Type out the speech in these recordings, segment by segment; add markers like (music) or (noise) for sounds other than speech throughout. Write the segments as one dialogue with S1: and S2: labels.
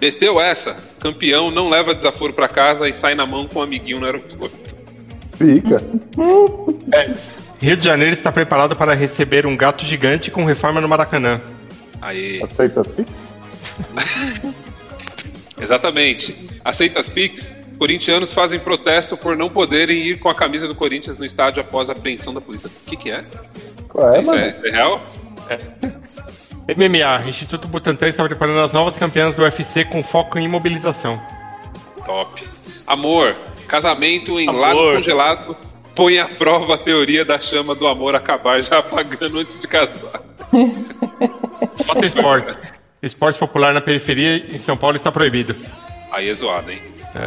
S1: Meteu essa, campeão, não leva desaforo pra casa e sai na mão com um amiguinho no aeroporto.
S2: Fica.
S3: Rio de Janeiro está preparado para receber um gato gigante com reforma no Maracanã.
S1: Aí.
S2: Aceita as pics?
S1: Exatamente. Aceita as Pix? Corintianos fazem protesto por não poderem ir com a camisa do Corinthians no estádio após a apreensão da polícia. O que, que é?
S2: Qual é,
S1: Isso
S2: mano?
S1: é, isso é real?
S3: MMA, Instituto Butantan está preparando as novas campeãs do UFC com foco em imobilização.
S1: Top. Amor, casamento em
S4: Amor.
S1: lago congelado põe à prova a teoria da chama do amor acabar já (laughs) apagando antes de casar.
S3: Foto esporte. Esporte popular na periferia em São Paulo está proibido.
S1: Aí é zoado, hein?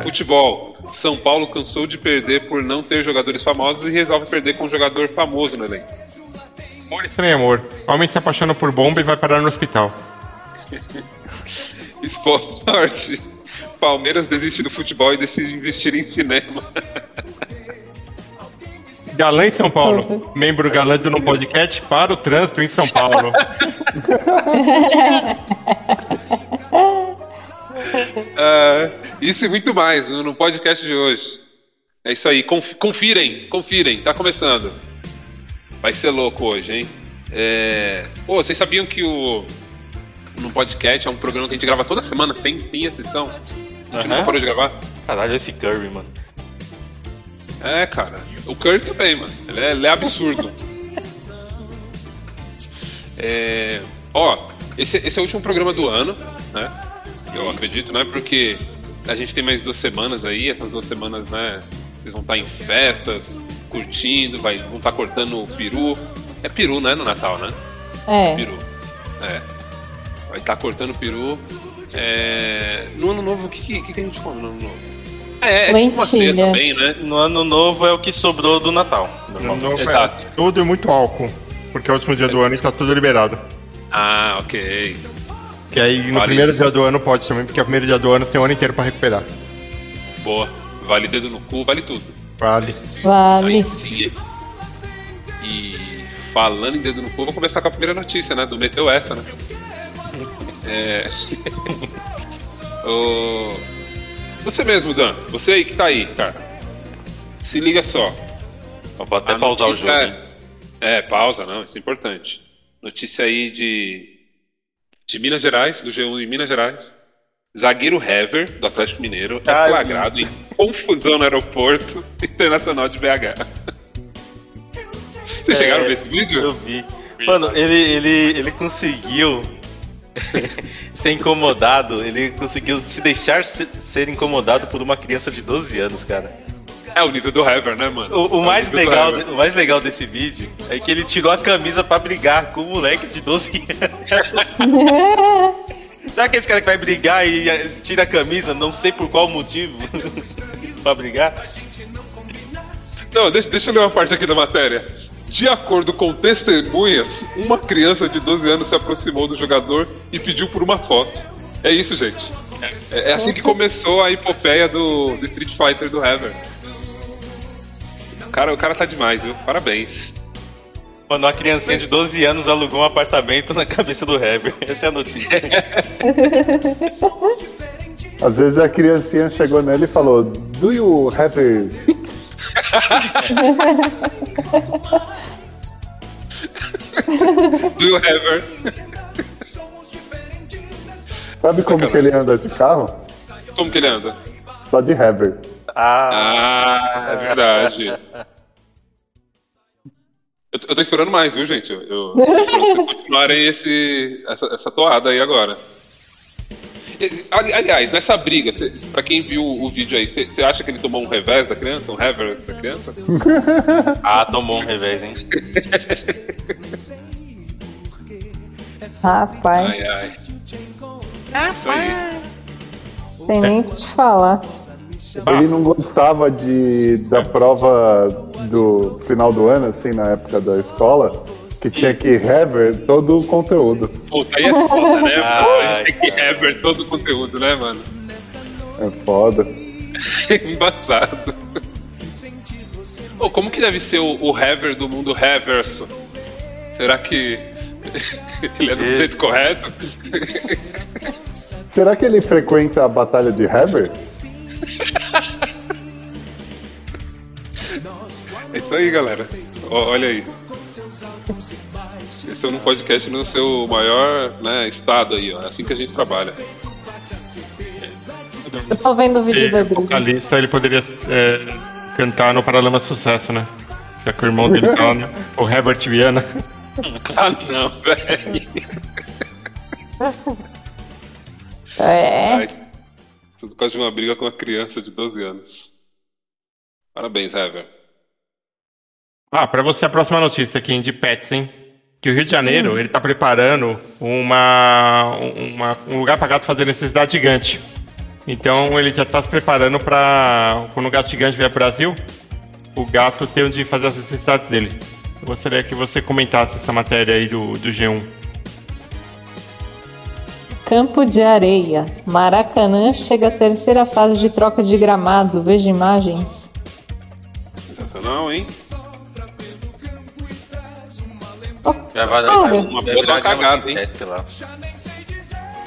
S1: Futebol. São Paulo cansou de perder por não ter jogadores famosos e resolve perder com um jogador famoso no elenco.
S3: Amor estranho amor. Homem se apaixona por bomba e vai parar no hospital.
S1: (laughs) Esporte. Palmeiras desiste do futebol e decide investir em cinema. (laughs)
S3: Galã em São Paulo. Membro galã do No Podcast para o trânsito em São Paulo.
S1: Ah, isso e muito mais no no podcast de hoje. É isso aí. Conf- Confirem, confirem. Tá começando. Vai ser louco hoje, hein? É... Ô, vocês sabiam que o no podcast é um programa que a gente grava toda semana, sem fim exceção? A gente nunca
S4: Aham.
S1: parou de gravar?
S4: Caralho, esse Curry, mano.
S1: É, cara. O Curry também, mano. Ele é, ele é absurdo. É, ó, esse, esse é o último programa do ano, né? Eu acredito, né? Porque a gente tem mais duas semanas aí. Essas duas semanas, né? Vocês vão estar em festas, curtindo, vai, vão estar cortando o peru. É peru, né? No Natal, né?
S5: É.
S1: Peru. É. Vai estar cortando o peru. É, no ano novo, o que, que, que a gente come no ano novo? É, é tipo uma ceia
S5: Lentilha.
S1: também, né?
S4: No ano novo é o que sobrou do Natal.
S1: Exato.
S3: Tudo e muito álcool. Porque é o último dia do ano e está tudo liberado.
S1: Ah, ok.
S3: Que aí no
S1: Vale.
S3: primeiro dia do ano pode também, porque é o primeiro dia do ano você tem o ano inteiro para recuperar.
S1: Boa. Vale dedo no cu, vale tudo.
S3: Vale.
S5: Vale.
S1: Aí sim, hein? E falando em dedo no cu, vou começar com a primeira notícia, né? Do Meteu essa, né? É. (laughs) Ô, Você mesmo, Dan. Você aí que tá aí, cara. Se liga só.
S4: Eu vou até
S1: A
S4: pausar o
S1: notícia
S4: jogo.
S1: é-
S4: hein?
S1: É, pausa, não, isso é importante. Notícia aí de, de Minas Gerais, do G1 em Minas Gerais. Zagueiro Hever, do Atlético Mineiro, é
S4: Ah, eu
S1: flagrado
S4: vi
S1: em confusão no aeroporto (laughs) internacional de BH. Vocês
S4: É,
S1: chegaram a ver esse
S4: Eu
S1: vídeo?
S4: vi. Mano, ele, ele, ele conseguiu (laughs) ser incomodado, ele conseguiu se deixar se- ser incomodado por uma criança de 12 anos, cara.
S1: É o nível do Hever, né, mano?
S4: O, o
S1: É
S4: mais
S1: nível do
S4: legal,
S1: Hever.
S4: o mais legal desse vídeo é que ele tirou a camisa pra brigar com o moleque de 12 anos. Sabe aquele cara que vai brigar e eh, tira a camisa, não sei por qual motivo, (laughs) pra brigar?
S1: Não, deixa, deixa eu ler uma parte aqui da matéria. De acordo com testemunhas, uma criança de 12 anos se aproximou do jogador e pediu por uma foto. É isso, gente. É, é assim que começou a epopeia do, do Street Fighter do Heaven. O cara, o cara tá demais, viu? Parabéns.
S4: Mano, uma criancinha de 12 anos alugou um apartamento na cabeça do Heber. (laughs) Essa é a notícia.
S2: Às vezes a criancinha chegou nele e falou: Do you have a pic?"
S1: Do Heaven.
S2: Sabe como
S1: Sacanagem.
S2: que ele anda de carro?
S1: Como que ele anda?
S2: Só de Heber.
S4: Ah,
S1: Ah, é verdade. Eu, eu tô esperando mais, viu, gente? Eu, eu tô esperando vocês continuarem esse, essa, essa toada aí agora. E- ali- Aliás, nessa briga, cê, pra quem viu o vídeo aí, você acha que ele tomou um revés da criança? Um reverse da criança?
S4: ah, tomou um revés, hein?
S5: Rapaz,
S1: Ai, ai. É isso aí.
S5: tem nem o que te falar.
S2: Ele não gostava de, da prova do final do ano, assim, na época da escola, que tinha que Hever todo o conteúdo.
S1: Puta, aí é foda, né?
S4: Ai,
S1: Pô, a gente tem que rever todo o conteúdo, né, mano?
S2: É foda.
S1: (laughs) Embaçado. Ô, como que deve ser o, o Hever do mundo Heverso? Será que (laughs) ele é do
S4: Esse.
S1: jeito correto?
S2: Será que ele frequenta a batalha de Hever?
S1: É isso aí, galera. Ó, olha aí. Esse é um podcast no seu maior né, estado aí, ó. É assim que a gente trabalha. (laughs)
S5: Eu tô vendo o vídeo
S1: é
S3: Ele,
S5: da
S3: é
S5: Brisa.
S3: vocalista, ele poderia é, cantar no Paralama Sucesso, né? Já que o irmão dele tá lá, né? O Herbert Viana.
S1: Ah, não, velho.
S5: É.
S1: Ai, Tudo por causa de uma briga com uma criança de 12 anos. Parabéns, Hever.
S3: Ah, pra você a próxima notícia aqui de pets, hein? Que o Rio de Janeiro, ele tá preparando uma, uma- um lugar pra gato fazer necessidade gigante. Então ele já tá se preparando pra. quando o gato gigante vier pro Brasil, o gato ter onde fazer as necessidades dele. Eu gostaria que você comentasse essa matéria aí do, do G1.
S5: Campo de areia. Maracanã chega à terceira fase de troca de gramado. Veja imagens.
S1: Sensacional, hein?
S5: Oh,
S4: Já vai dar
S5: Olha.
S1: Uma
S4: deve
S1: puta
S4: dar uma
S1: cagada, hein?
S4: sintética lá.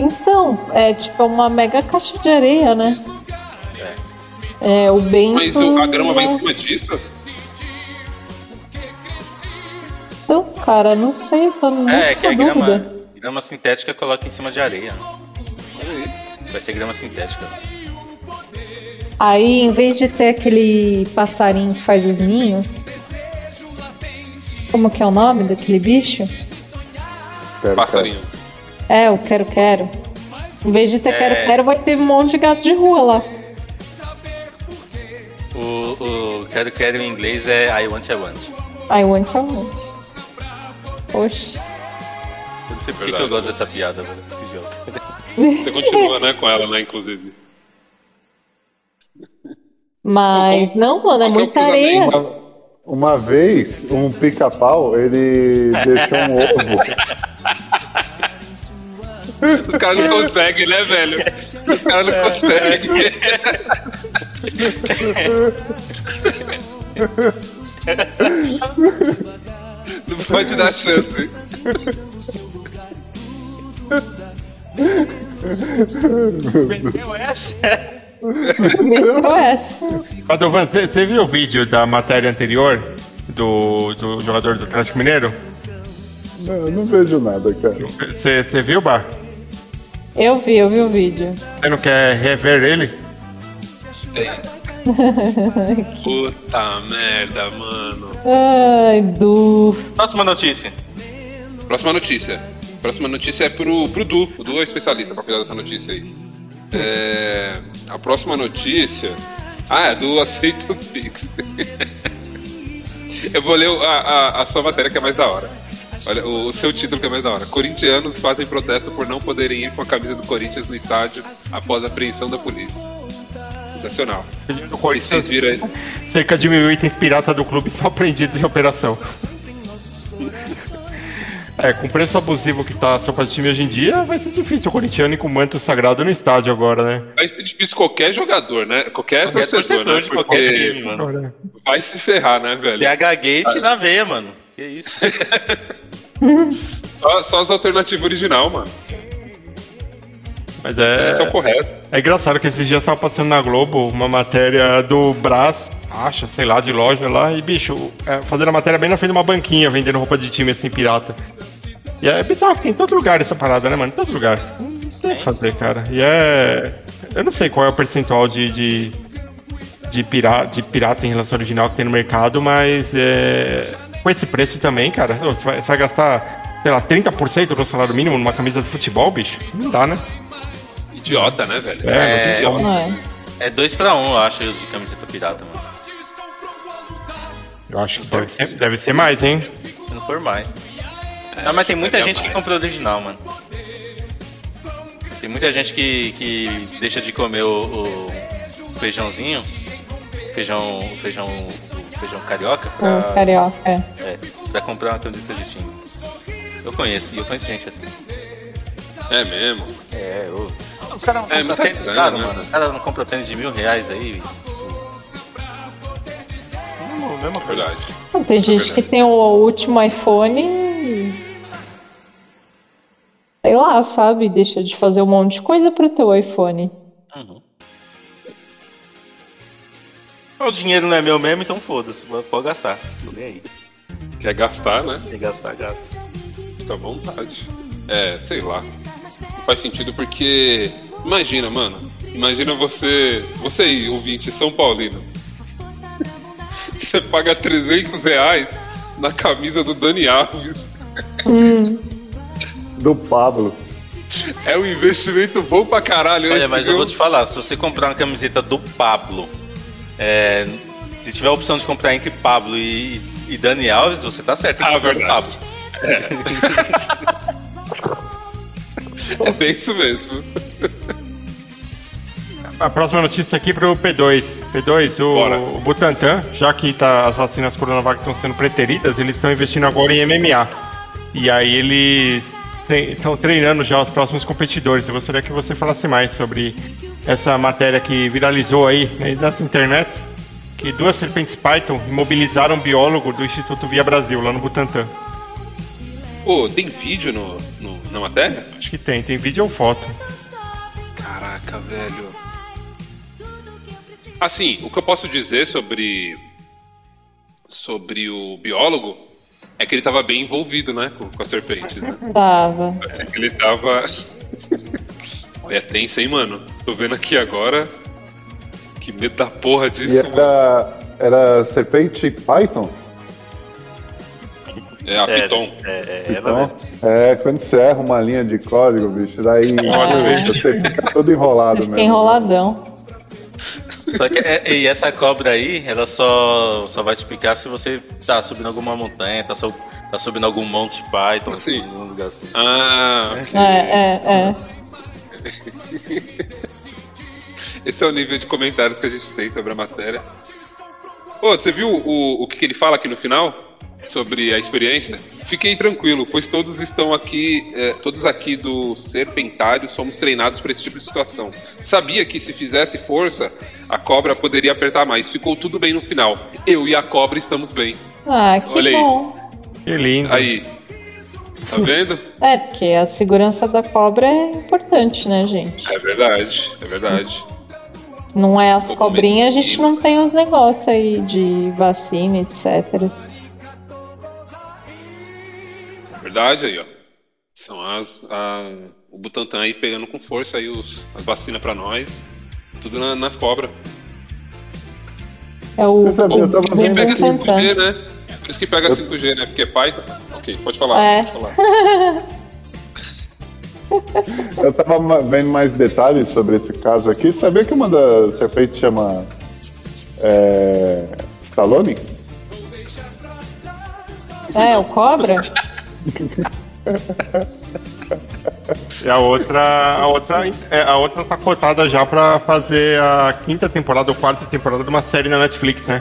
S5: Então, é tipo uma mega caixa de areia, né? É, o Bento...
S1: Mas o- a grama vai em
S5: né?
S1: cima disso?
S5: Então, cara, não sei, tô muito
S4: É, que
S5: na
S4: é grama,
S5: dúvida.
S4: grama sintética coloca em cima de areia. Vai ser grama sintética.
S5: Aí, em vez de ter aquele passarinho que faz os ninhos... Como que é o nome daquele bicho?
S2: Pera,
S1: Passarinho.
S5: É, o quero-quero. Em vez de ter quero-quero, vai ter um monte de gato de rua lá.
S4: O, o quero quero em inglês é I want I want.
S5: I want someone. Oxe.
S4: Eu não sei por que,
S1: Verdade.
S4: que eu gosto dessa piada, velho. Que idiota.
S1: Você continua, né, com ela, né, inclusive.
S5: Mas não, mano,
S1: Qual que é
S5: é
S1: o
S5: muita areia.
S1: cruzamento?
S2: Uma, uma vez, um
S1: (laughs)
S2: pica-pau, ele deixou um ovo.
S1: Os caras (laughs) não conseguem, né, velho? Os caras não conseguem. (laughs) Não pode dar chance.
S5: (laughs) Meteu essa.
S3: Padovan, você você viu o vídeo da matéria anterior do, do jogador do Atlético Mineiro?
S2: Não, eu não vejo nada, cara.
S3: Você você viu, Bar?
S5: Eu vi, eu vi o vídeo.
S3: Você não quer rever ele?
S1: Puta merda, mano.
S5: Ai, Du.
S4: Próxima notícia.
S1: Próxima notícia. Próxima notícia é pro, pro Du. O Du é especialista pra cuidar dessa notícia aí. É, a próxima notícia. Ah, é do Aceita o Pix. (laughs) Eu vou ler o- a, a- a sua matéria que é mais da hora. Olha, o, o seu título que é mais da hora. Corintianos fazem protesto por não poderem ir com a camisa do Corinthians no estádio após a apreensão da polícia. Sensacional.
S3: Do
S1: E vocês viram aí?
S3: Cerca de mil itens pirata do clube são prendidos em operação. É, com o preço abusivo que tá as roupas de time hoje em dia, vai ser difícil o corintiano ir com o manto sagrado no estádio agora, né?
S1: Vai ser difícil qualquer jogador, né? Qualquer,
S4: Qualquer
S1: torcedor,
S4: é torcedor
S1: né?
S4: de qualquer
S1: Porque
S4: time, mano.
S3: Agora,
S1: Vai se ferrar, né, velho?
S4: BH é Gate na veia, mano. Que (laughs) isso?
S1: Só, só as alternativas original, mano.
S3: Mas
S1: Esse é o
S3: é,
S1: correto.
S3: é engraçado que esses dias tava passando na Globo uma matéria do Brás, acha, sei lá, de loja lá, e bicho, é, fazendo a matéria bem na frente de uma banquinha, vendendo roupa de time assim, pirata. E é bizarro que tem em todo lugar essa parada, né, mano? Em todo lugar. Não tem o que fazer, cara. E é. Eu não sei qual é o percentual de. de, de, pira- de pirata em relação ao original que tem no mercado, mas é. Com esse preço também, cara, ô, você vai, você vai gastar, sei lá, 30% do salário mínimo numa camisa de futebol, bicho? Não dá, né?
S1: Idiota, né, velho?
S3: É,
S1: Idiota.
S5: Não é?
S4: É dois pra um, eu acho, de camiseta pirata, mano.
S3: Eu acho que deve ser, deve ser mais, hein?
S4: Se não for mais. não, mas tem muita
S1: daria
S4: gente que
S1: mais.
S4: comprou original, mano. Tem muita gente que, que deixa de comer o, o feijãozinho. Feijão. Feijão. Feijão carioca pra,
S5: Um carioca.
S4: é, pra comprar uma camiseta de time. Eu conheço, e eu conheço gente assim.
S1: É mesmo.
S4: É, eu... Os caras não
S1: É,
S4: compram
S1: mas tá
S4: tênis
S1: estranho,
S4: caro,
S1: né?
S4: mano. Os caras não compram tênis de mil reais aí. Mesmo- Mesma coisa.
S1: é Verdade.
S5: Não, Tem gente que tem o último iPhone e... Sei lá, sabe? Deixa de fazer um monte de coisa pro teu iPhone.
S4: Uhum. O dinheiro não é meu mesmo, então foda-se, pode gastar. Tô nem aí.
S1: Quer gastar, né?
S4: Quer gastar, gasta.
S1: Fica à vontade. É, sei lá. Não faz sentido porque. Imagina, mano. Imagina você. Você aí, ouvinte São Paulino. (laughs) Você paga 300 reais na camisa do Dani Alves.
S2: Do Pablo.
S1: É um investimento bom pra caralho. né,
S4: Olha, mas eu
S1: viu?
S4: vou te falar, se você comprar uma camiseta do Pablo, é, se tiver a opção de comprar entre Pablo e, e Dani Alves, você tá certo. tem que
S1: Ah,
S4: comprar do
S1: verdade.
S4: Pablo.
S1: É bem isso mesmo.
S3: A próxima notícia aqui é pro P2. P2,
S1: Bora.
S3: o, o Butantan, já que tá, as vacinas Coronavac estão sendo preteridas, eles estão investindo agora em MMA. E aí eles estão treinando já os próximos competidores. Eu gostaria que você falasse mais sobre essa matéria que viralizou aí né, nas internet, que duas serpentes Python imobilizaram um biólogo do Instituto Via Brasil, lá no Butantan.
S1: Pô, tem vídeo no, no- na matéria?
S3: Acho que tem, tem vídeo ou foto.
S1: Caraca, velho. Assim, o que eu posso dizer sobre sobre o biólogo é que ele tava bem envolvido, né, com, com a serpente, né?
S5: Tava.
S1: É que ele tava Olha, é tenso, hein, mano? Tô vendo aqui agora. Que medo da porra
S2: E é
S1: disso. mano.
S2: era, era serpente Python?
S1: É, a
S4: É,
S1: Piton.
S4: É, é, ela
S2: Então,
S4: mesmo.
S2: é, quando você erra uma linha de código, bicho,
S1: (laughs)
S2: daí
S5: Ah.
S2: você fica todo enrolado mesmo.
S1: né?
S5: Fiquei enroladão.
S4: Só que, é, e essa cobra aí, ela só, só vai te picar se você tá subindo alguma montanha, tá, sub- tá subindo algum Monte Python,
S1: Sim.
S4: algum lugar assim.
S1: Ah,
S5: É, é, é.
S1: Esse é o nível de comentários que a gente tem sobre a matéria. Ô, você viu o, o que, que ele fala aqui no final? Sobre a experiência? Fiquem tranquilo, pois todos estão aqui, eh, todos aqui do Serpentário somos treinados para esse tipo de situação. Sabia que se fizesse força, a cobra poderia apertar mais. Ficou tudo bem no final. Eu e a cobra estamos bem.
S5: Ah, que
S1: Olha aí.
S5: bom.
S3: Que lindo.
S1: Aí. Tá vendo?
S5: É, porque a segurança da cobra é importante, né, gente?
S1: É verdade, é verdade.
S5: Se não é as
S1: Vou comer
S5: cobrinhas, a gente
S1: menino.
S5: não tem os negócios aí de vacina, etc.
S1: Verdade aí, ó. São as. a- o Butantan aí pegando com força aí os, as vacinas pra nós. Tudo na- nas cobras.
S5: É o.
S2: Você sabia, eu tava
S5: o-
S1: Por isso que
S2: vendo um
S1: pega
S5: Butantan.
S1: 5G, né? Por isso que pega 5G, né? Porque é Python. Ok, pode falar.
S5: É.
S1: Pode falar.
S2: Eu tava ma- vendo mais detalhes sobre esse caso aqui. Sabia que uma das serpentes chama é, Stallone?
S5: É, o cobra?
S3: E É a outra, a outra, é, a outra tá cotada já pra fazer a quinta temporada ou quarta temporada de uma série na Netflix, né?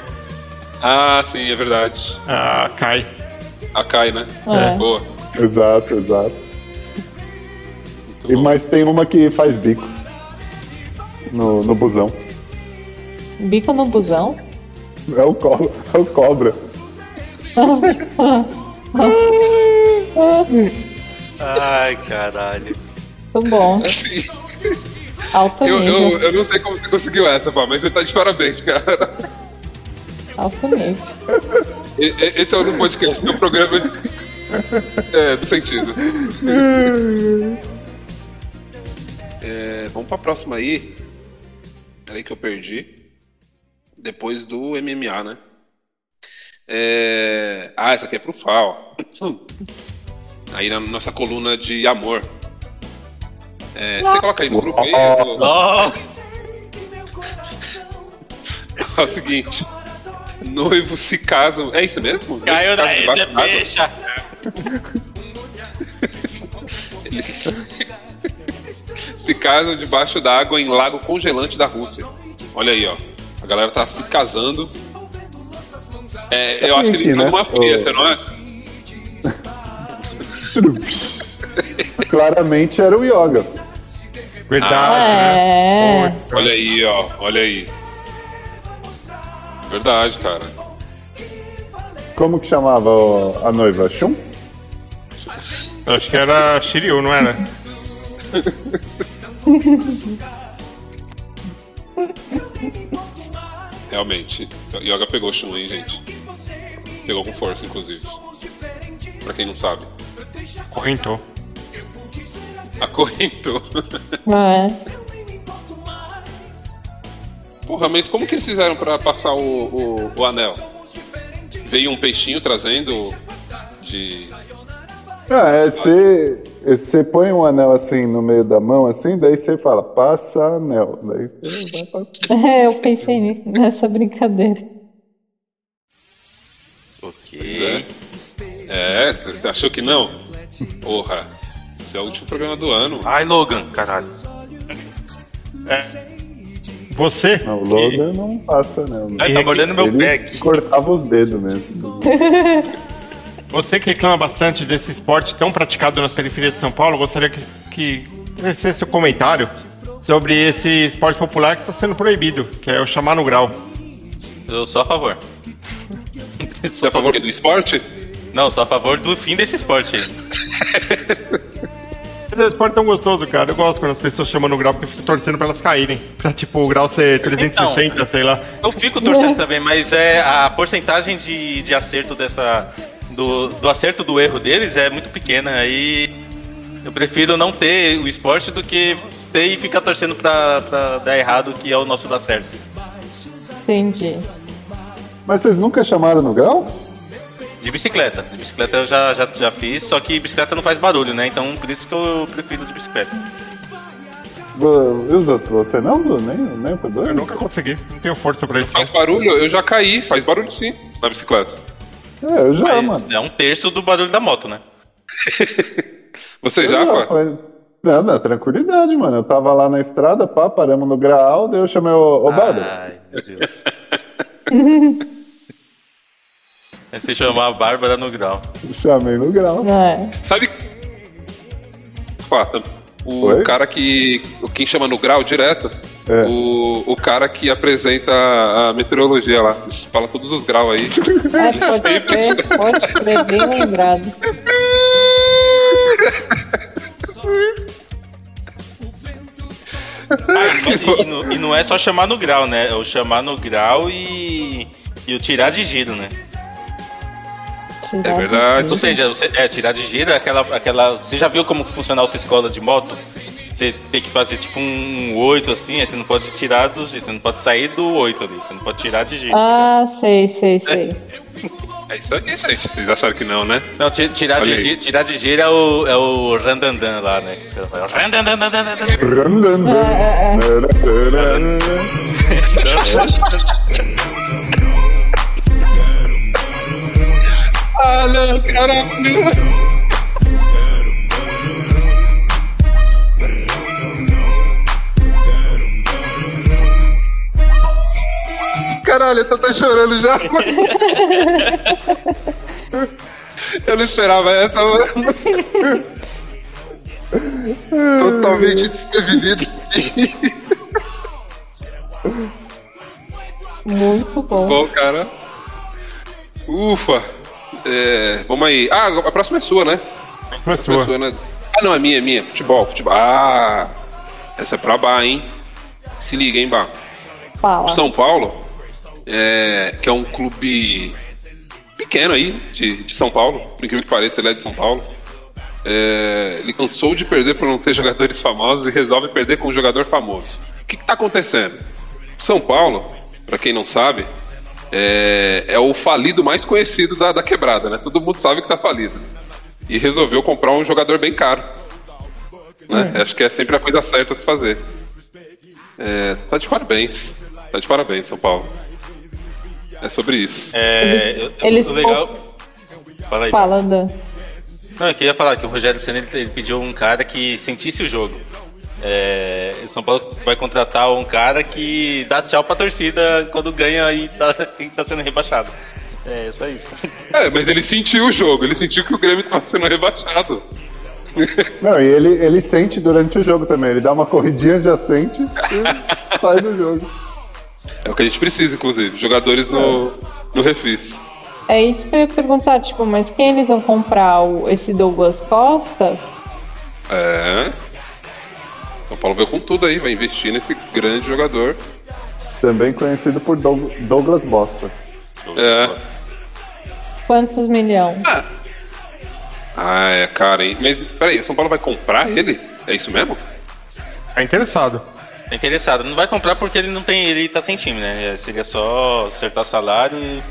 S1: Ah, sim, é verdade.
S3: A Kai.
S1: A Kai, né?
S5: É.
S1: Boa.
S2: Exato, exato.
S1: Muito
S2: E,
S1: bom.
S2: mas tem uma que faz bico no, no busão.
S5: Bico no busão?
S2: É o, co é o
S1: (laughs)
S2: cobra.
S4: Ai, caralho.
S5: Muito bom.
S1: Assim,
S5: Alto
S1: eu,
S5: nível.
S1: eu, eu não sei como você conseguiu essa, pá, mas você tá de parabéns, cara.
S5: Alto nível.
S1: E- e- Esse é o do podcast, do programa. de- É, do sentido. É, vamos pra próxima aí. Peraí que eu perdi. Depois do MMA, né? É, Ah, essa aqui é pro FAO. (clears throat) Aí na nossa coluna de amor. É, Você coloca aí no grupo aí. eu-
S4: Nossa!
S1: (laughs) É o seguinte. Noivos se casam. É isso mesmo?
S4: Caiu na
S1: Noivos se
S4: rede,
S1: casam debaixo d'água?
S4: bicha!
S1: Eles se casam debaixo da água em lago congelante da Rússia. Olha aí, ó. A galera tá se casando. É, eu acho que ele
S2: Sim,
S1: entrou
S2: né?
S1: numa fria,
S2: O-
S1: você não é?
S2: Claramente era o yoga.
S1: Ah,
S3: Verdade, né?
S5: É.
S1: Olha aí, ó. Olha aí. Verdade, cara.
S2: Como que chamava o- a noiva? Shun?
S3: Eu acho que era Shiryu, não era?
S1: Realmente. Yoga pegou Shun, hein, gente? Pegou com força, inclusive. Pra quem não sabe.
S3: Correntou.
S1: Acorrentou. (laughs)
S5: É.
S1: Porra, mas como que eles fizeram pra passar o, o, o anel? Veio um peixinho trazendo de. né?
S2: Ah, é, você, você põe um anel assim no meio da mão, assim, daí você fala, passa anel. Daí você vai passar.
S5: É, eu pensei ni- nessa brincadeira.
S4: Ok.
S1: É, você achou que não? Porra, esse é o último programa do ano.
S4: Ai, Logan, caralho.
S3: Você?
S2: Não, o Logan não passa anel. né?
S4: Ai, tá mordendo meu pé
S2: Ele
S4: aqui.
S2: cortava os dedos mesmo.
S3: Você que reclama bastante desse esporte tão praticado nas periferias de São Paulo, eu gostaria que, que trouxesse seu comentário sobre esse esporte popular que está sendo proibido, que é o chamar no grau.
S4: Eu sou a favor.
S1: Você é a favor do esporte?
S4: Não, sou a favor do fim desse esporte aí.
S3: Esse esporte é tão gostoso, cara. Eu gosto quando as pessoas chamam no grau porque eu fico torcendo pra elas caírem. Pra tipo o grau ser 360, sei lá.
S4: Eu fico torcendo também, mas é a porcentagem de, de acerto dessa. Do, do acerto do erro deles é muito pequena. Aí eu prefiro não ter o esporte do que ter e ficar torcendo pra, pra dar errado, que é o nosso dar certo.
S5: Entendi.
S2: Mas vocês nunca chamaram no grau?
S4: De bicicleta. De bicicleta eu já, já, já fiz, só que bicicleta não faz barulho, né? Então por isso que eu prefiro de bicicleta.
S2: Vo- E os outros? Você não, Du? Nem, nem o Pedro?
S3: Eu nunca consegui, não tenho força pra isso.
S1: Faz barulho? Eu já caí, faz barulho sim, na bicicleta.
S2: É, eu já,
S4: Mas
S2: mano.
S4: é um terço do barulho da moto, né?
S1: Você
S2: Eu
S1: já, Fá?
S2: falei, Não, na tranquilidade, mano. Eu tava lá na estrada, pá, paramos no graal, daí eu chamei o,
S4: Ah.
S2: o Bárbaro.
S4: Ai, meu Deus. É se chamar a Bárbara no grau.
S2: Chamei no grau.
S5: É.
S1: Sabe. Fata, o
S2: Oi?
S1: cara que. o- Quem chama no grau direto.
S2: É.
S1: O, o cara que apresenta a meteorologia lá. Fala todos os graus aí.
S5: É, pode
S1: Sempre.
S5: crer, pode crer, bem lembrado.
S1: (laughs)
S4: E, não- e não é só chamar no grau, né? É o chamar no grau e. E o tirar de giro, né?
S1: É verdade.
S4: Ou seja, você, é, tirar de giro é aquela, aquela. Você já viu como funciona a autoescola de moto? Você tem que fazer tipo um 8 assim, aí você não pode tirar do giro, você não pode sair do 8 ali, você não pode tirar de giro.
S5: Ah, sei, sei, sei.
S1: É isso aí, gente. Vocês acharam que não, né?
S4: Não, ti- tirar de,
S1: Olha aí.
S4: giro, tirar de giro é o, é o randandan lá, né? Que os caras falam, randandandandandan.
S1: Ah, não, caralho! Caralho, eu tô até chorando já. Eu não esperava essa, mano. Totalmente desprevenido.
S5: Muito bom.
S1: Bom, cara. Ufa. É, vamos aí. Ah, a próxima é sua, né?
S3: Mas
S1: Pessoa,
S3: sua.
S1: né? Ah, não, é minha, é minha. Futebol, futebol. Ah, essa é pra Bá, hein? Se liga, hein, Bá.
S5: Fala.
S1: São Paulo, é, que é um clube pequeno aí, de, de São Paulo, por incrível que pareça, ele é de São Paulo. É, ele cansou de perder por não ter (laughs) jogadores famosos e resolve perder com um jogador famoso. O que, que tá acontecendo? São Paulo, pra quem não sabe, é, é o falido mais conhecido da, da quebrada, né? Todo mundo sabe que tá falido. E resolveu comprar um jogador bem caro. né? Acho que é sempre a coisa certa a se fazer. É, tá de parabéns. Tá de parabéns, São Paulo. É sobre isso.
S4: É, eu- eu-
S5: eles
S4: o legal. Fala aí.
S5: Fala, Dan.
S4: Não, eu queria falar que o Rogério Senna ele, ele pediu um cara que sentisse o jogo. É, o São Paulo vai contratar um cara que dá tchau pra torcida quando ganha e tá, e tá sendo rebaixado. É, só isso.
S1: É, mas ele sentiu o jogo, ele sentiu que o Grêmio tava sendo rebaixado.
S2: Não, e ele, ele sente durante o jogo também. Ele dá uma corridinha, já sente e sai do jogo.
S1: É o que a gente precisa, inclusive. Jogadores no, no refis.
S5: É isso que eu ia perguntar, tipo, mas quem eles vão comprar? O, esse Douglas Costa?
S1: É. São Paulo veio com tudo aí, vai investir nesse grande jogador.
S2: Também conhecido por Doug- Douglas Bosta.
S1: É.
S5: Quantos milhões?
S1: Ah, é cara, hein? Mas peraí, o São Paulo vai comprar ele? É isso mesmo?
S3: Tá interessado.
S4: Tá interessado. Não vai comprar porque ele não tem. Ele tá sem time, né? Seria só acertar salário e.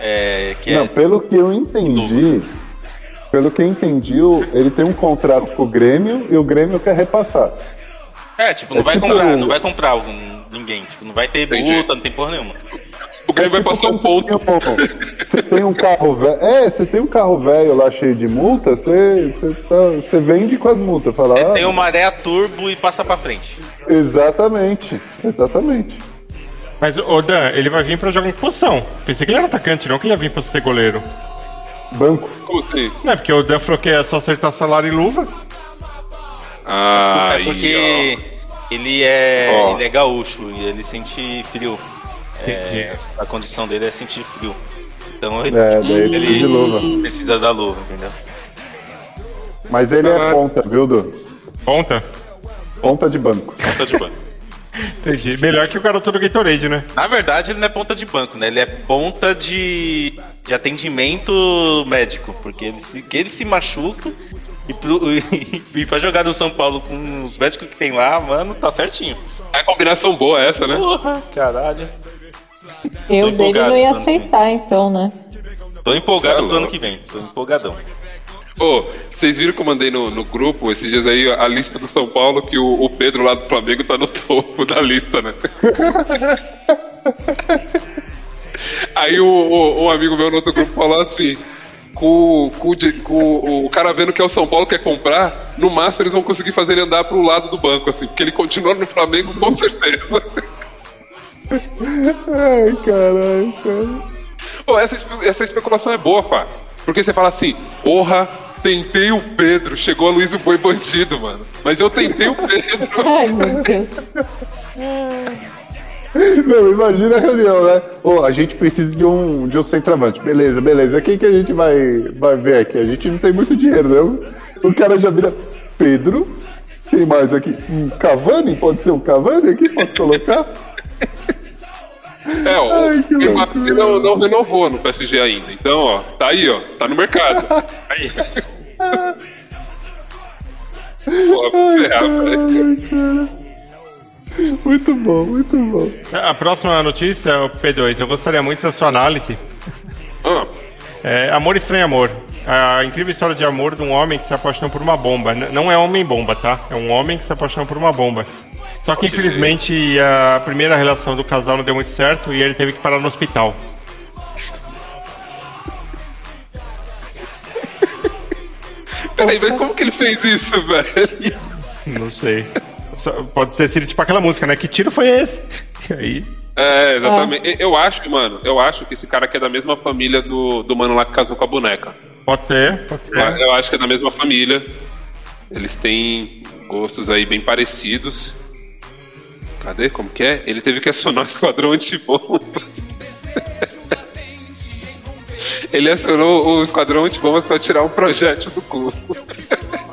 S4: É, que
S2: Não,
S4: é,
S2: pelo que eu entendi, pelo que eu entendi, o- ele tem um contrato com o Grêmio e o Grêmio quer repassar.
S4: é, tipo, não
S2: é
S4: vai
S2: tipo-
S4: comprar, não vai comprar algum- ninguém. Tipo, não vai ter
S1: Entendi.
S4: multa, não tem porra nenhuma.
S1: O Grêmio vai
S2: tipo
S1: passar um
S2: quando
S1: ponto.
S2: Você tem um, você tem um carro velho. É, você tem um carro velho lá cheio de multa, você, você, tá- você vende com as multas. Fala,
S4: É,
S2: ah,
S4: tem o maré turbo e passa pra frente.
S2: Exatamente, exatamente.
S3: Mas, ô Dan, ele vai vir pra jogar em que posição. Pensei que ele era um atacante, não que ele ia vir pra ser goleiro.
S2: Banco.
S1: Como assim?
S3: Não é porque o Dan falou que é só acertar salário e luva.
S1: Ah,
S4: é
S1: aí,
S4: porque ele é,
S1: Ó.
S4: ele é gaúcho e ele sente frio. É,
S3: Entendi.
S4: a condição dele é sentir frio. Então ele,
S2: É, daí ele precisa de luva.
S4: precisa da luva, entendeu?
S2: Mas ele é
S1: Caralho.
S2: ponta, viu, Du?
S3: Ponta.
S2: Ponta de banco.
S4: Ponta de banco.
S3: Entendi. Melhor que o garoto do Gatorade, né?
S4: Na verdade, ele não é ponta de banco, né? Ele é ponta de, de atendimento médico, porque ele se, que ele se machuca e, pro, (laughs) e pra jogar no São Paulo com os médicos que tem lá, mano, tá certinho.
S1: É a combinação boa essa, né?
S4: Porra, caralho. Tô
S5: Eu dele
S4: empolgado,
S5: não ia
S4: mano.
S5: aceitar, então, né?
S4: Tô
S1: Cê é
S4: empolgado pro ano
S1: louco.
S4: que vem, tô empolgadão.
S1: Ô, vocês viram que eu mandei no, no grupo esses dias aí a lista do São Paulo que o, o Pedro lá do Flamengo tá no (laughs) topo da lista, né? aí o, o- um amigo meu no outro grupo falou assim: com, o- com, o di- com o cara vendo que é o São Paulo que quer comprar, no máximo eles vão conseguir fazer ele andar pro lado do banco, assim, porque ele continua no Flamengo com certeza.
S2: Ai, caralho, cara.
S1: Pô, essa, espe- essa especulação é boa, Fá. Porque você fala assim, porra, tentei o Pedro, chegou a Luiz o Boi Bandido, mano. Mas eu tentei o Pedro. (laughs)
S5: Ai, meu Deus.
S2: Não, imagina a reunião, né? Ô, a gente precisa de um, de um centroavante. Beleza, beleza. Quem que a gente vai, vai ver aqui? A gente não tem muito dinheiro, não. O cara já vira Pedro. Quem mais aqui? Um Cavani? Pode ser um Cavani aqui? Posso colocar?
S1: É, ó,
S2: Ai, que
S1: o Mbappé
S2: loucura.
S1: não, não renovou no PSG ainda. Então, ó, tá aí, ó, tá no mercado. Aí. Pô, pra ferrar, velho.
S2: Ai, cara. Muito bom, muito bom.
S3: A próxima notícia, o P2, eu gostaria muito da sua análise.
S1: Ah,
S3: É, amor estranho amor. A incrível história de amor de um homem que se apaixonou por uma bomba. N- Não é homem bomba, tá? É um homem que se apaixonou por uma bomba. Só que infelizmente a primeira relação do casal não deu muito certo e ele teve que parar no hospital.
S1: peraí, mas como que ele fez isso, (laughs) velho?
S3: (laughs) Não sei. Só- pode ter sido tipo aquela música, né? Que tiro foi esse? (laughs) E aí.
S1: É,
S2: Ah.
S1: exatamente. Eu- Eu acho que, mano, eu acho que esse cara aqui é da mesma família do, do mano lá que casou com a boneca.
S3: Pode ser, pode ser.
S1: Eu acho que é da mesma família. Eles têm gostos aí bem parecidos. Cadê? Como que é? Ele teve que acionar o esquadrão antibomba. (laughs) Ele acionou o esquadrão antibombas pra tirar um projétil do cu.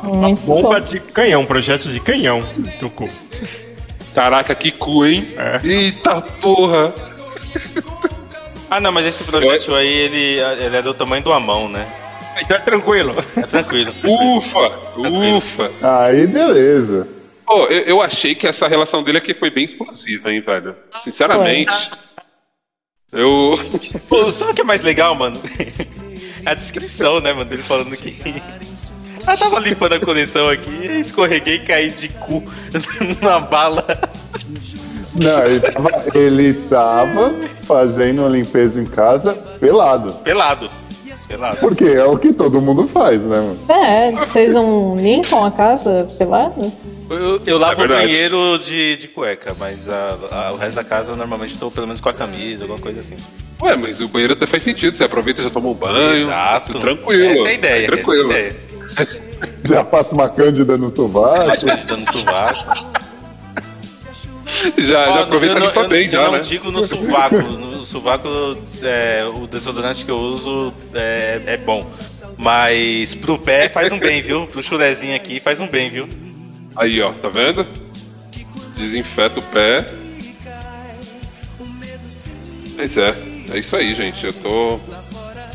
S5: Muito bom.
S3: Bomba de canhão, projeto de canhão do cu.
S1: Caraca, que cu, hein?
S3: É.
S1: Eita porra!
S4: Ah, não, mas esse projétil aí, ele, ele é do tamanho de uma mão, né?
S3: Então é tranquilo. Uh! (laughs)
S4: É tranquilo.
S1: Ufa! Ufa!
S2: Aí, beleza.
S1: Pô, eu, eu achei que essa relação dele aqui foi bem explosiva, hein, velho? Sinceramente. Eu.
S4: Pô, sabe o que é mais legal, mano? (laughs) A descrição, né, mano? Ele falando que. (laughs) Ah, tava limpando a coleção aqui, escorreguei e caí de cu (laughs) na bala.
S2: Não, ele tava, ele tava fazendo a limpeza em casa pelado.
S4: Pelado. Pelado.
S2: Porque é o que todo mundo faz, né, mano?
S5: É, vocês não limpam a casa pelado?
S4: Eu, eu lavo
S1: É
S4: o
S1: verdade.
S4: banheiro de, de cueca, mas a- a- o resto da casa eu normalmente tô pelo menos com a camisa, alguma coisa assim.
S1: Ué, mas o banheiro até faz sentido. Você aproveita, já toma um banho.
S4: Exato.
S1: tudo Tranquilo.
S4: Essa é a ideia.
S1: Tranquilo.
S4: Essa é a ideia.
S2: Já passa uma cândida no
S4: (laughs)
S2: sovaco.
S4: Dando sovaco.
S1: (laughs) Já,
S4: Ó,
S1: Ah, já
S4: eu
S1: aproveita e
S4: não-
S1: limpa
S4: eu-
S1: bem,
S4: eu
S1: já,
S4: não
S1: né?
S4: digo no sovaco. No sovaco, é, o desodorante que eu uso é, é bom. Mas pro pé faz um bem, viu? Pro chulezinho aqui faz um bem, viu?
S1: Aí, ó, tá vendo? Desinfeta o pé. Mas é, é isso aí, gente. Eu tô.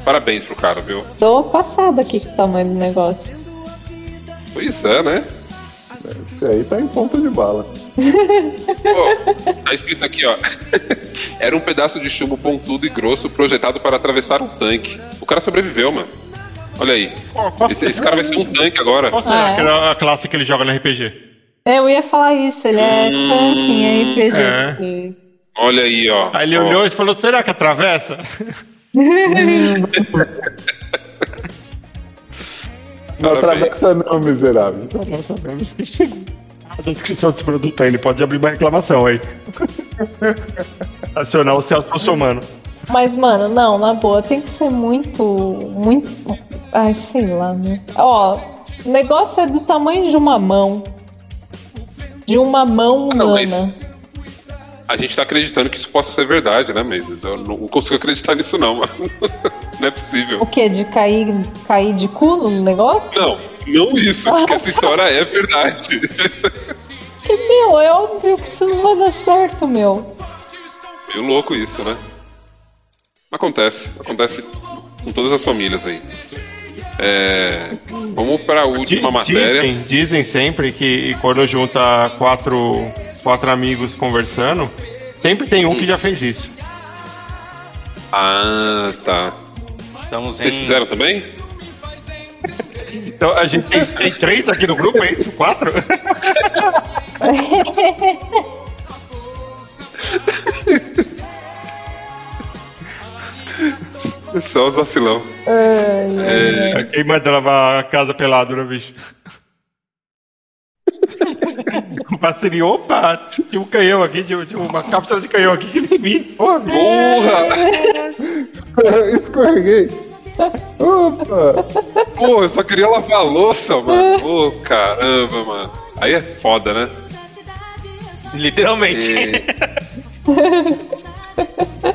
S1: Parabéns pro cara, viu?
S5: Tô passada aqui com o tamanho do negócio.
S1: Pois é, né?
S2: Isso aí tá em ponta de bala.
S1: Ó, tá escrito aqui, ó. (laughs) Era um pedaço de chumbo pontudo e grosso projetado para atravessar um tanque. O cara sobreviveu, mano. Olha aí.
S3: Qual- qual-
S1: Esse, esse cara vai ser um tanque agora.
S3: Qual
S5: Ah,
S3: será
S5: é?
S3: que era a classe que ele joga no RPG?
S5: Eu ia falar isso, ele é
S1: Hum,
S5: tanque em
S1: é.
S5: RPG.
S1: Olha aí, ó.
S3: Aí ele
S1: Ó.
S3: olhou e falou, será que atravessa?
S2: Não
S1: Parabéns.
S2: atravessa não, miserável. Então,
S3: Nós sabemos que (laughs) a descrição desse produto aí, ele pode abrir uma reclamação aí. (laughs) Acionar o Celso Bolsonaro.
S5: Mas, mano, não, na boa, tem que ser muito. Muito. Ai, sei lá, né? Ó, o negócio é do tamanho de uma mão. De uma mão
S1: Ah, não, mas-
S5: humana.
S1: A gente tá acreditando que isso possa ser verdade, né, Maze? Eu não consigo acreditar nisso, não, (laughs) mano. Não é possível.
S5: O quê? De cair, cair de cu no negócio?
S1: Não, não isso, de que essa história é verdade. (laughs)
S5: Que, meu, é óbvio que isso não vai dar certo, meu. (laughs)
S1: Meio louco isso, né? Acontece, acontece com todas as famílias aí. É, vamos pra última matéria.
S3: Dizem, dizem sempre que quando junta quatro, quatro amigos conversando, sempre tem um que já fez isso.
S1: Ah, tá.
S4: Estamos
S1: Vocês
S4: em.
S1: fizeram também?
S3: Então a gente tem, tem três aqui no grupo, é isso? Quatro?
S1: Só é os vacilão.
S3: (laughs) Quem manda lavar a casa pelado, né, bicho? O parceiro, Um opa, tinha um canhão aqui, tinha, tinha uma cápsula de canhão aqui que nem vi. Pô,
S1: Porra!
S2: (laughs) Escorreguei. Opa!
S1: Porra, eu só queria lavar a louça, mano. Ô, caramba, mano. Aí é foda, né?
S4: Literalmente. (laughs)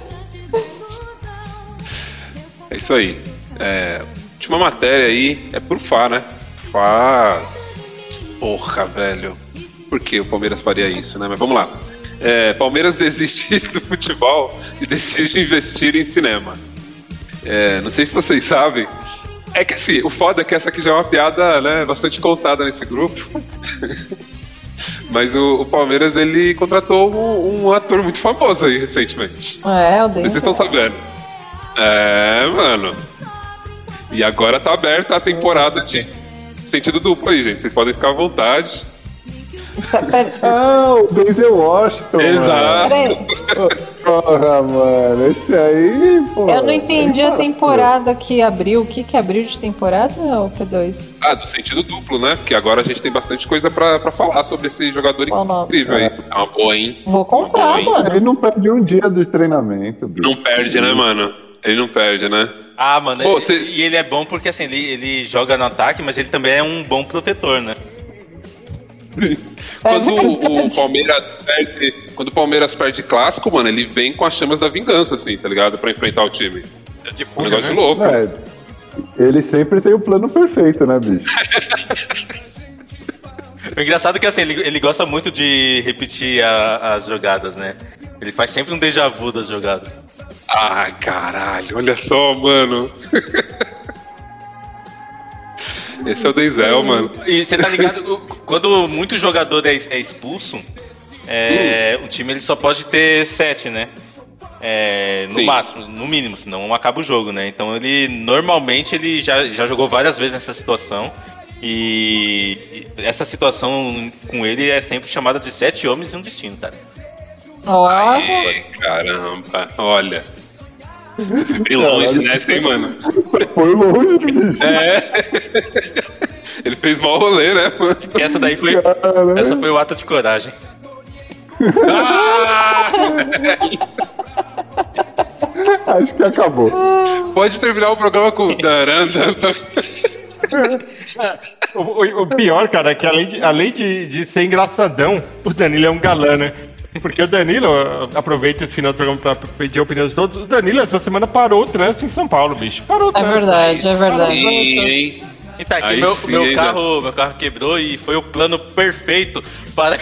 S1: E- É isso aí. É, última matéria aí é pro Fá, né? Fá. Porra, velho. Por que o Palmeiras faria isso, né? Mas vamos lá. É, Palmeiras (laughs) desiste do futebol e decide investir em cinema. É, não sei se vocês sabem. É que assim, o foda é que essa aqui já é uma piada né, bastante contada nesse grupo. (laughs) Mas o, o Palmeiras ele contratou um, um ator muito famoso aí recentemente.
S5: É, o
S1: Vocês
S5: Denzel.
S1: estão sabendo. É, mano. E agora tá aberta a temporada de sentido duplo aí, gente. Vocês podem ficar à vontade.
S5: Tá, pera-
S2: Ah, o Denzel Washington. mano.
S1: Exato.
S5: pera aí.
S1: (laughs)
S2: Porra, mano. Esse aí, pô.
S5: Eu não entendi a
S2: Ele
S5: temporada que abriu. O que que abriu de temporada, ô P2?
S1: Ah, do sentido duplo, né? Porque agora a gente tem bastante coisa pra, pra falar sobre esse jogador
S5: Qual o nome?
S1: incrível aí. É uma boa, hein?
S5: Vou comprar,
S1: Oi.
S5: mano.
S2: Ele não perde um dia do treinamento, bicho.
S1: Não perde, né, mano? Ele não perde, né?
S4: Ah, mano,
S1: Pô,
S4: ele-
S1: cês-
S4: e ele é bom porque assim, ele, ele joga no ataque, mas ele também é um bom protetor, né?
S5: É,
S1: Quando o,
S5: verdade.
S1: o Palmeiras perde, quando o Palmeiras perde clássico, mano, ele vem com as chamas da vingança, assim, tá ligado? Pra enfrentar o time.
S3: é de
S1: Um
S3: fuga,
S1: negócio
S3: né?
S1: louco.
S2: É, ele sempre tem o plano perfeito, né, bicho? (laughs)
S4: O engraçado é que assim, ele, ele gosta muito de repetir a- as jogadas, né? Ele faz sempre um déjà vu das jogadas.
S1: Ah, caralho, olha só, (laughs) mano. Esse é o Denzel, mano.
S4: E você tá ligado, o- quando muito jogador é, é expulso, é, o time ele só pode ter sete, né? É, no
S1: Sim.
S4: máximo, no mínimo, senão acaba o jogo, né? Então ele normalmente ele já, já jogou várias vezes nessa situação. E e essa situação com ele é sempre chamada de sete homens e um destino, cara.
S5: Ó,
S1: Ei, caramba, olha. Você foi bem longe nessa, hein, mano?
S2: Só foi longe, bicho.
S1: É. Ele fez mal rolê, né, mano?
S4: E essa
S2: (laughs)
S4: daí foi,
S2: Caralho.
S4: essa foi o ato de coragem.
S2: Acho que
S5: (laughs)
S2: acabou.
S1: Pode terminar o programa com. Daranda.
S3: O, o- o pior, cara, é que além, de, além de, de ser engraçadão, o Danilo é um galã, né? Porque o Danilo, eu aproveito esse final do programa pra pedir a opinião de todos. O Danilo, essa semana parou o trânsito em São Paulo, bicho. Parou o
S5: é
S3: trânsito.
S5: verdade, é verdade.
S1: Sim, hein?
S4: E tá aqui,
S1: Aí
S4: meu,
S1: sim,
S4: meu
S1: hein,
S4: carro, meu carro quebrou e foi o plano perfeito para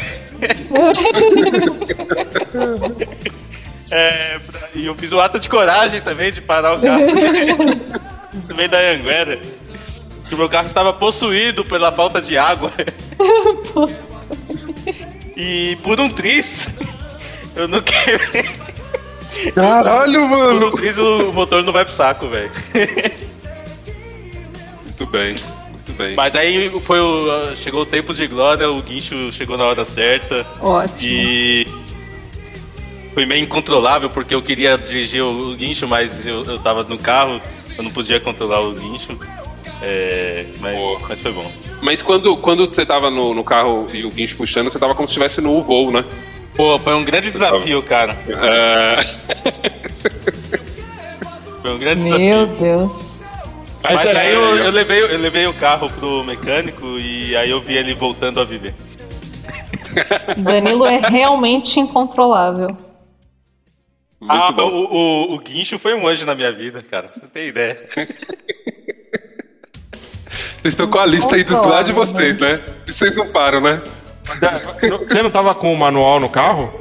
S4: É, pra- e eu fiz o ato de coragem também de parar o carro. no meio da Anguera. Que o meu carro estava possuído pela falta de água. e por um tris, eu
S1: (laughs)
S4: não quebrei.
S2: É,
S1: Caralho,
S4: Por um
S1: mano!
S4: tris o motor não vai pro saco, velho.
S1: Muito bem, muito bem.
S4: Mas aí foi o, chegou o tempo de glória, o guincho chegou na hora certa.
S5: Ótimo.
S4: E foi meio incontrolável porque eu queria dirigir o, o guincho, mas eu, eu tava no carro, eu não podia controlar o guincho. É, mas,
S1: Boa.
S4: mas foi bom.
S1: Mas quando, quando você tava no, no carro e o guincho puxando, você tava como se estivesse no voo, né?
S4: Pô, foi um grande desafio, cara.
S1: É,
S4: Foi um grande
S5: Meu
S4: desafio.
S5: Deus.
S3: tá-
S4: Mas
S1: é,
S4: aí eu, eu levei, eu levei o carro pro mecânico e aí eu vi ele voltando a viver.
S5: Danilo é realmente incontrolável.
S1: muito
S4: ah,
S1: bom.
S4: O, o, o guincho foi um anjo na minha vida, cara. Você tem ideia.
S1: Vocês estão com a lista aí do
S5: Vamos
S1: lado de
S5: falar,
S1: vocês, né? E vocês não param, né?
S3: Você não tava com o manual no carro?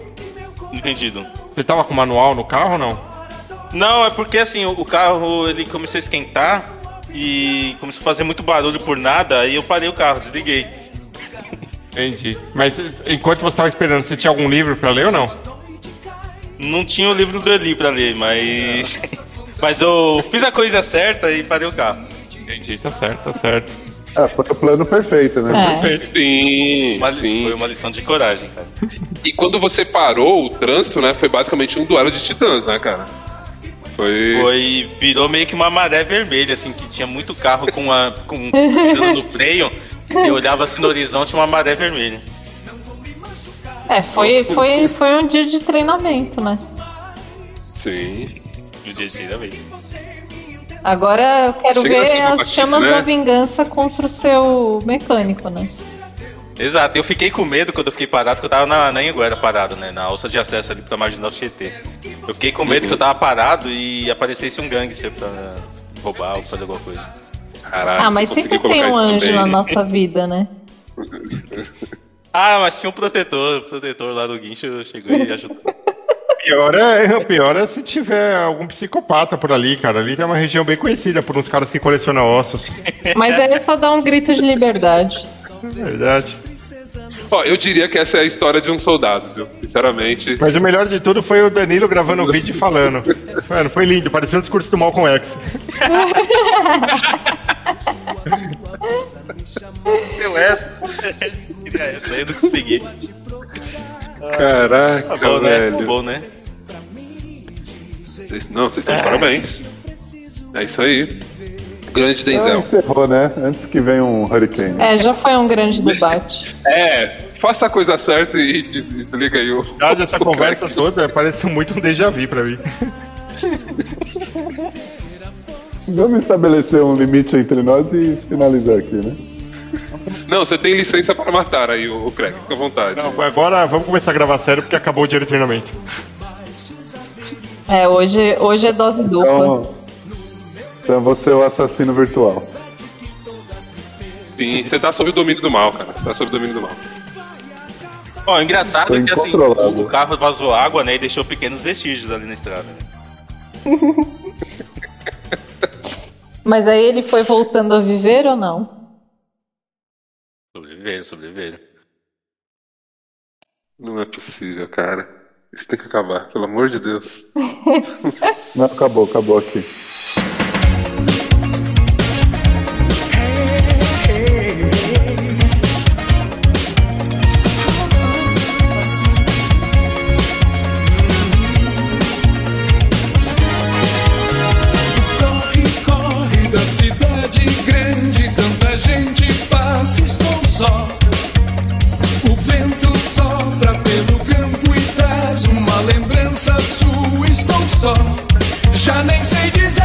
S4: Entendido.
S3: Você tava com o manual no carro ou não?
S4: Não, é porque assim, o o carro ele começou a esquentar e começou a fazer muito barulho por nada, aí eu parei o carro, desliguei.
S3: Entendi. Mas enquanto você tava esperando, você tinha algum livro pra ler ou não?
S4: Não tinha o livro do Eli pra ler, mas. mas eu fiz a coisa certa e parei o carro.
S3: Entendi, tá certo, tá certo.
S2: Ah, foi o plano perfeito, né?
S5: É.
S1: Sim,
S4: Mas
S1: sim.
S4: foi um- uma lição de coragem, cara.
S1: E quando você parou o trânsito, né? Foi basicamente um duelo de titãs, né, cara? Foi.
S4: Foi. Virou meio que uma maré vermelha, assim, que tinha muito carro com a. com pisando no freio. E eu olhava assim no horizonte uma maré vermelha.
S5: É, foi, foi, foi um dia de treinamento, né?
S1: Sim.
S4: No dia de também.
S5: Agora eu quero
S1: Chega
S5: ver
S1: assim,
S5: as
S1: Patrícia,
S5: chamas
S1: né?
S5: da vingança contra o seu mecânico, né?
S4: Exato, eu fiquei com medo quando eu fiquei parado, porque eu tava na, na Anhanguera parado, né? Na alça de acesso ali pra marginal Tietê. Eu fiquei com medo que eu tava parado e aparecesse um gangster pra roubar ou fazer alguma coisa.
S1: Caraca.
S5: Ah, mas sempre tem um anjo na nossa vida, né?
S4: Ah, mas tinha um protetor, o protetor lá do guincho chegou e ajudou.
S3: Pior é, pior é se tiver algum psicopata por ali, cara. Ali tem uma região bem conhecida por uns caras que colecionam ossos.
S5: Mas é só dar um grito de liberdade.
S3: É verdade.
S1: (laughs) Ó, eu diria que essa é a história de um soldado, viu? Sinceramente.
S3: Mas o melhor de tudo foi o Danilo gravando o vídeo e falando. Mano, foi lindo, parecia um discurso do Malcolm X.
S4: Deu essa. Queria essa, É, aí eu não consegui.
S1: Caraca,
S4: Tá bom, né? Tá
S1: velho.
S4: bom, né?
S1: Vocês- Não, vocês estão de parabéns. É isso aí. Grande
S2: Então
S1: Denzel.
S2: encerrou, né? Antes que venha um hurricane.
S5: É, já foi um grande debate.
S1: É, faça a coisa certa e des- desliga aí o.
S3: Na verdade, essa conversa toda pareceu muito um déjà vu pra mim.
S2: Vamos estabelecer um limite entre nós e finalizar aqui, né?
S1: Não, você tem licença para matar aí o, o Craig, fica à vontade.
S3: Não, agora vamos começar a gravar sério porque acabou o dia de treinamento.
S5: É, hoje, hoje é dose
S2: Então,
S5: dupla.
S2: então você é o assassino virtual.
S1: Sim, você tá sob o domínio do mal, cara. Você tá sob o domínio do mal.
S4: Ó, engraçado
S2: Foi
S4: que assim,
S2: incontrolável.
S4: o carro vazou água, né? E deixou pequenos vestígios ali na estrada. né?
S5: Mas aí ele foi voltando a viver ou não?
S4: Sobreviveram, sobreviveram.
S1: Não é possível, cara. Isso tem que acabar, pelo amor de Deus.
S2: Não, acabou, acabou aqui.
S6: Corre, corre da cidade grande, tanta gente passa, estou só. O vento sopra pelo campo e traz uma lembrança sua, estou só. Já nem sei dizer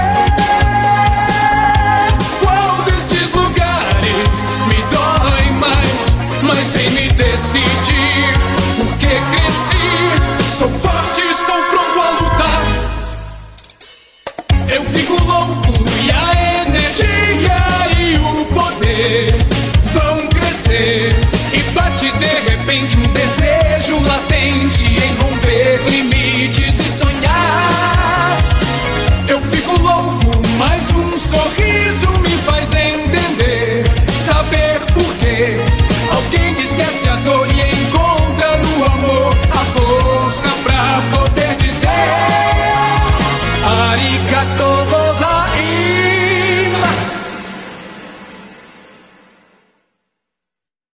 S6: qual destes lugares me dói mais, mas sem me decidir, porque cresci, sou forte, estou pronto a lutar. Eu fico louco e a energia e o poder um um